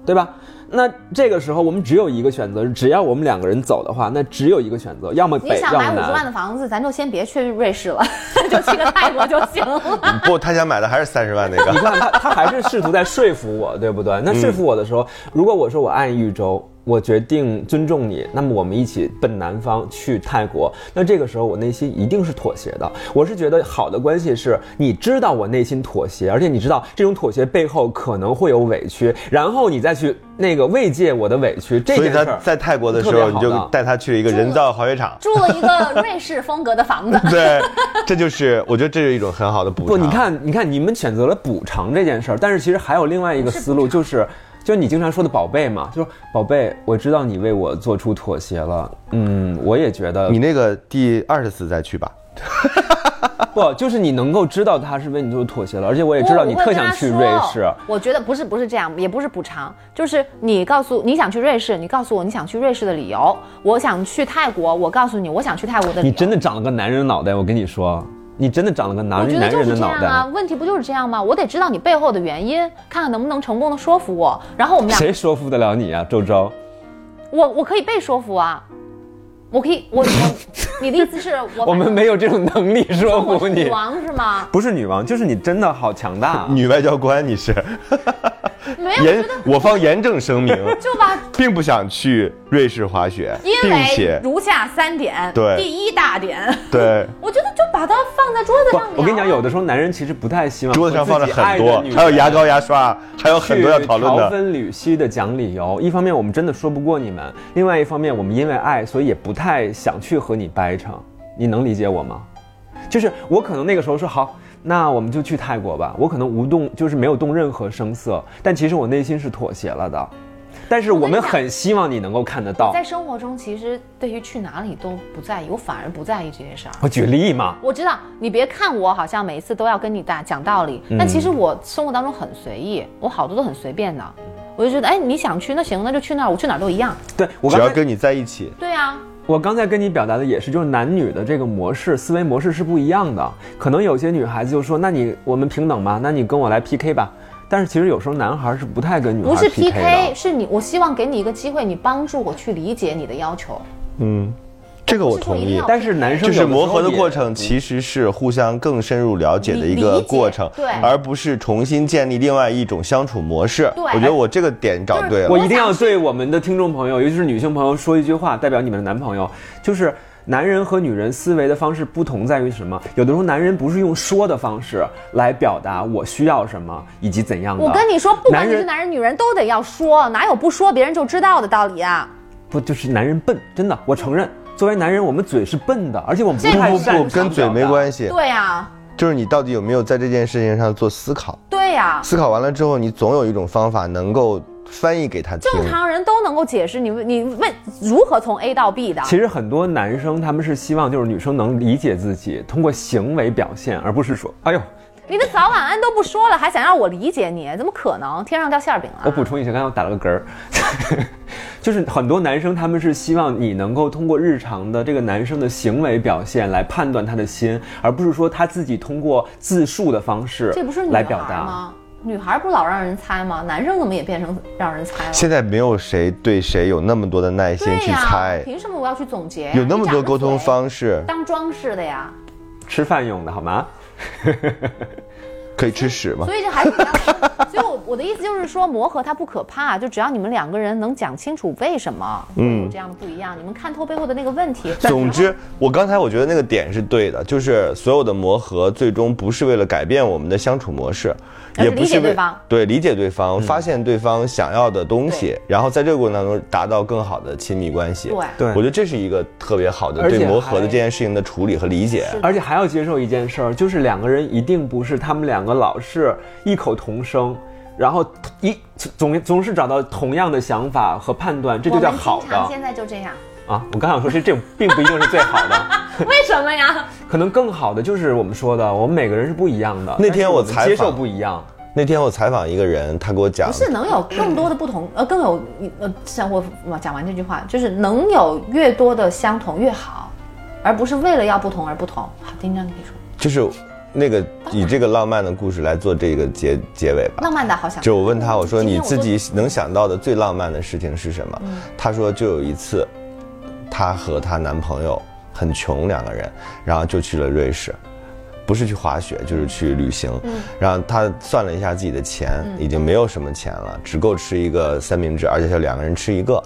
对吧？那这个时候我们只有一个选择，只要我们两个人走的话，那只有一个选择，要么你北，想要买五么十万南。的房子，咱就先别去瑞士了， 就去个泰国就行了。 不，他想买的还是三十万那个 你。看他，他还是试图在说服我，对不对？那说服嗯我的时候，如果我说我爱豫州，我决定尊重你，那么我们一起奔南方去泰国。那这个时候我内心一定是妥协的。我是觉得好的关系是你知道我内心妥协，而且你知道这种妥协背后可能会有委屈，然后你再去那个慰藉我的委屈。这所以件事他儿在泰国的时特别候，好你就带他去了一个人造滑雪场。，住了一个瑞士风格的房子对，这就是我觉得这是一种很好的补不，偿。你，看，你看，你们选择了补偿这件事儿，但是其实还有另外一个思路，就是，就是你经常说的“宝贝”嘛，就是“宝贝”，我知道你为我做出妥协了，嗯，我也觉得你那个第二十次再去吧。不，就是你能够知道他是为你做出妥协了，而且我也我知道你我会特跟想他去说瑞士，我觉得不是不是这样，也不是补偿，就是你告诉你想去瑞士，你告诉我你想去瑞士的理由，我想去泰国，我告诉你我想去泰国的理由。你真的长了个男人脑袋，我跟你说，你真的长了个我男觉得男就人是的这脑样啊袋。，问题不就是这样吗？我得知道你背后的原因，看看能不能成功的说服我。然后我们俩，谁说服得了你啊，周周？我我可以被说服啊，我可以，我我，你的意思是我我们没有这种能力说我服是女你，王是吗？不是女王，就是你真的好强大啊、女外交官，你是没有，哎我觉严得，我方严正声明，就吧，并不想去瑞士滑雪，因并为且如下三点，对第一大点，对我觉得就把它放在桌子不上聊，我跟你讲，有的时候男人其实不太希望桌子上放着很多，还有牙膏、牙刷，还有很多要讨论去的嘲。分缕析的讲理由。一方面我们真的说不过你们，另外一方面我们因为爱，所以也不太想去和你掰扯。你能理解我吗？就是我可能那个时候说好，那我们就去泰国吧。我可能无动，就是没有动任何声色，但其实我内心是妥协了的。但是我我跟们你讲很希望你能够看得到。在生活中，其实对于去哪里都不在意，我反而不在意这些事儿。我举例嘛，我知道你别看我好像每一次都要跟你大讲道理，但其实我生活当中很随意，我好多都很随便的。我就觉得，哎，你想去那行，那就去那儿，我去哪儿都一样。对我只刚要才跟你在一起，对啊，我刚才跟你表达的也是，就是男女的这个模式思维模式是不一样的。可能有些女孩子就说：“那你我们平等嘛？那你跟我来 PK 吧。”但是其实有时候男孩是不太跟女不孩是 PK 的。 PK，是你，我希望给你一个机会，你帮助我去理解你的要求。这个我不是说同一定意要。但是男生就有是时候磨合的也过程，其实是互相更深入了解的一理个理解过程，对而不是重新建立另外一种相处模式。对我觉得我这个点找对了。我一定要对我们的听众朋友，尤其是女性朋友说一句话，代表你们的男朋友，就是男人和女人思维的方式不同在于什么？有的时候男人不是用说的方式来表达我需要什么以及怎样的。我跟你说，不管男你人是男人女人，都得要说，哪有不说别人就知道的道理啊？不就是男人笨，真的，我承认，作为男人我们嘴是笨的，而且我们不这个太不擅不长不，跟嘴没系。关系，对啊呀，就是你到底有没有在这件事情上做思考？对啊呀，思考完了之后，你总有一种方法能够翻译给他听。正常人都能够解释你你问如何从 A 到 B 的。其实很多男生他们是希望就是女生能理解自己，通过行为表现，而不是说，哎呦，你的早晚安都不说了，还想让我理解你？怎么可能？天上掉馅儿饼我啊！补充一下，刚才我打了个嗝儿， 就是很多男生他们是希望你能够通过日常的这个男生的行为表现来判断他的心，而不是说他自己通过自述的方式这不是女孩来儿表达。吗？女孩儿不老让人猜吗？男生怎么也变成让人猜了？现在没有谁对谁有那么多的耐心对去呀、猜，凭什么我要去总结呀、有那么你长多得沟通嘴方式当装饰的呀，吃饭用的好吗？可以吃屎吗？所以这还是比较。 所以我我的意思就是说，磨合它不可怕，就只要你们两个人能讲清楚为什么会有这样的不一样，你们看透背后的那个问题。嗯总之，我刚才我觉得那个点是对的，就是所有的磨合最终不是为了改变我们的相处模式，而是也不理解是为对方对理解对嗯方，发现对方想要的东西对，然后在这个过程当中达到更好的亲密关系。对对我觉得这是一个特别好的而且对磨合的这还件事情的处理和理解。是而且还要接受一件事儿，就是两个人一定不是他们两个老是异口同声，然后一总总是找到同样的想法和判断，这就叫好我们经常的现在就这 样，啊！我刚想说这这并不一定是最好的。为什么呀？可能更好的就是我们说的，我们每个人是不一样的。那天我但是采访们接受不一样，那天我采访一个人，他给我讲不，是能有更多的不同，呃，更有呃，像我我讲完这句话，就是能有越多的相同越好，而不是为了要不同而不同。好，丁章，你说就是那个以这个浪漫的故事来做这个结结尾吧。浪漫的好想就我问他，我说今你天自嗯就己能想到的最浪漫的事情是什么？嗯他说就有一次，她和她男朋友很穷，两个人，然后就去了瑞士，不是去滑雪就是去旅行。嗯然后她算了一下自己的钱，已经没有什么钱了，只够吃一个三明治，而且就两个人吃一个。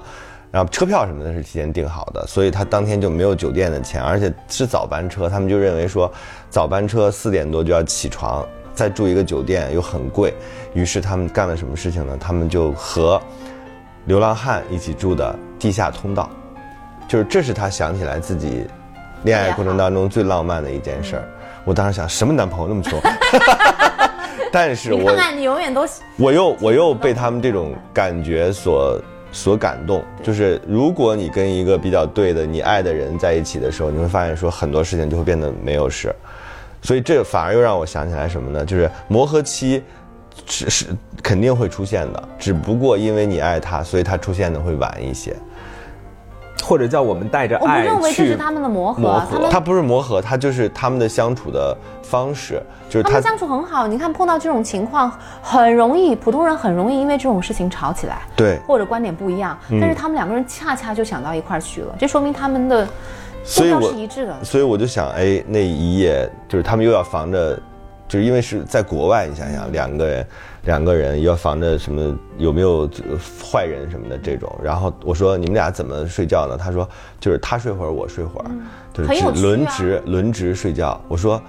然后车票什么的是提前订好的，所以她当天就没有酒店的钱，而且是早班车，他们就认为说早班车四点多就要起床，再住一个酒店又很贵，于是他们干了什么事情呢？他们就和流浪汉一起住的地下通道，就是这是她想起来自己恋爱过程当中最浪漫的一件事儿。我当时想，什么男朋友那么穷？ 但是你我看看，你永远都我又我又被他们这种感觉所所感动，就是如果你跟一个比较对的你爱的人在一起的时候，你会发现说很多事情就会变得没有事，所以这反而又让我想起来什么呢？就是磨合期是是肯定会出现的，只不过因为你爱他，所以他出现的会晚一些。或者叫我们带着我不爱认为这去是他们的磨合，磨合他们他不是磨合，他就是他们的相处的方式，就是他们相处很好。你看碰到这种情况，很容易普通人很容易因为这种事情吵起来，对，或者观点不一样。嗯但是他们两个人恰恰就想到一块儿去了，这说明他们的所目以标我是一致的。所以我就想，哎，那一夜就是他们又要防着，就是因为是在国外，你想想，两个人，两个人又要防着什么有没有呃坏人什么的这种。然后我说你们俩怎么睡觉呢？他说嗯就是他睡会儿，我睡会儿，就是很有只轮趣啊值轮值睡觉。我说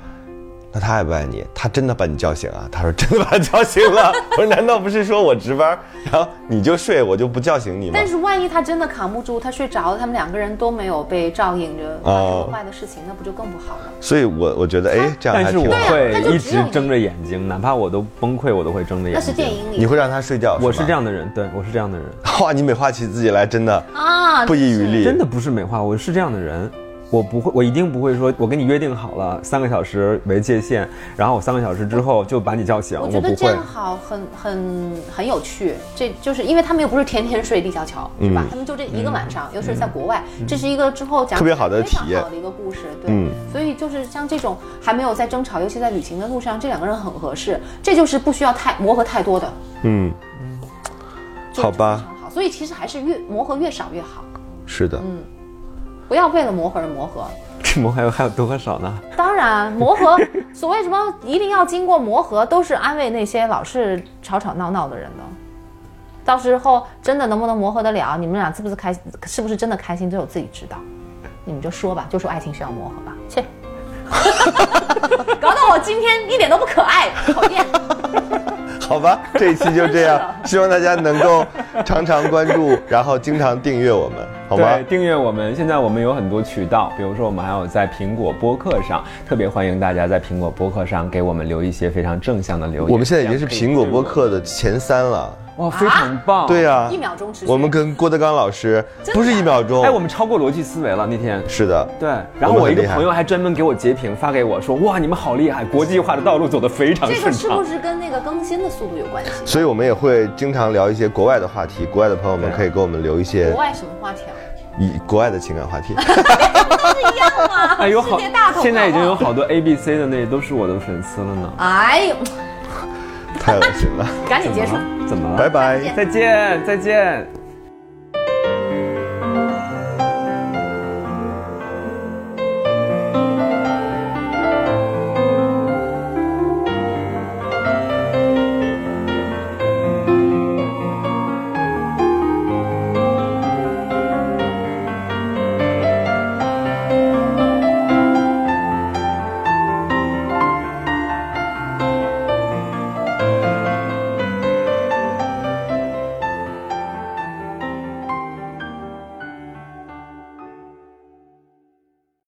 那他爱不爱你？他真的把你叫醒啊？他说真的把他叫醒了。 我说难道不是说我值班，然后你就睡，我就不叫醒你吗但？是万一他真的扛不住，他睡着了，他们两个人都没有被照应着，发生哦了坏的事情，那不就更不好了？所以我我觉得，哎，这样还但是挺我好。对啊那就会一只有直你睁着眼睛，哪怕我都崩溃，我都会睁着那眼睛。是电，影里你会让他睡觉？我是吗这。样的人，对我是这样的人， 哇，你美化起自己来，真的啊，不遗余力。真的不是美化，我是这样的人。我不会，我一定不会说，我跟你约定好了三个小时为界限，然后我三个小时之后就把你叫醒，我我觉得不这会样。好，很很很有趣。这就是因为他们又不是天天睡立交桥，是嗯吧？他们就这一个晚上，尤其是在国外，这是一个之后讲特别好的非常体验好的一个故事。对，嗯所以就是像这种还没有在争吵，尤其在旅行的路上，这两个人很合适。这就是不需要太磨合太多的，嗯，就好吧就非常好。所以其实还是越磨合越少越好，是的，嗯不要为了磨合而磨合。 这膜还有还有多少呢？当然，磨合， 所谓什么一定要经过磨合，都是安慰那些老是吵吵闹闹的人的。到时候真的能不能磨合得了，你们俩是不是开，是不是真的开心，只有自己知道。你们就说吧，就说爱情需要磨合吧。 切，搞得我今天一点都不可爱，讨厌。 好吧，这一期就这 样，希望大家能够常常关注，然后经常订阅我们，好吗对，？订阅我们。现在我们有很多渠道，比如说我们还有在苹果播客上，特别欢迎大家在苹果播客上给我们留一些非常正向的留言。我们现在已经是这样可以苹果对播我客的前三了，哇，非常棒。对呀、哦一秒钟持续我们跟郭德纲老师真的啊不是一秒钟，哎，我们超过逻辑思维了那天。是的，对，然我后们我很一个厉害朋友还专门给我截屏发给我说，哇，你们好厉害，国际化的道路走得非常这个顺是不畅。是跟那个更新的速度有关系？所以我们也会经常聊一些国外的话题，国外的朋友们对啊可以给我们留一些国外什么话题啊？ 以国外的情感话题。 哎，有好世界大同，啊现在已经有好好多 A、B、C 的那都是我的粉丝了呢。哎呦，太恶心了， 赶紧结束。怎么了？拜拜。再见，再见。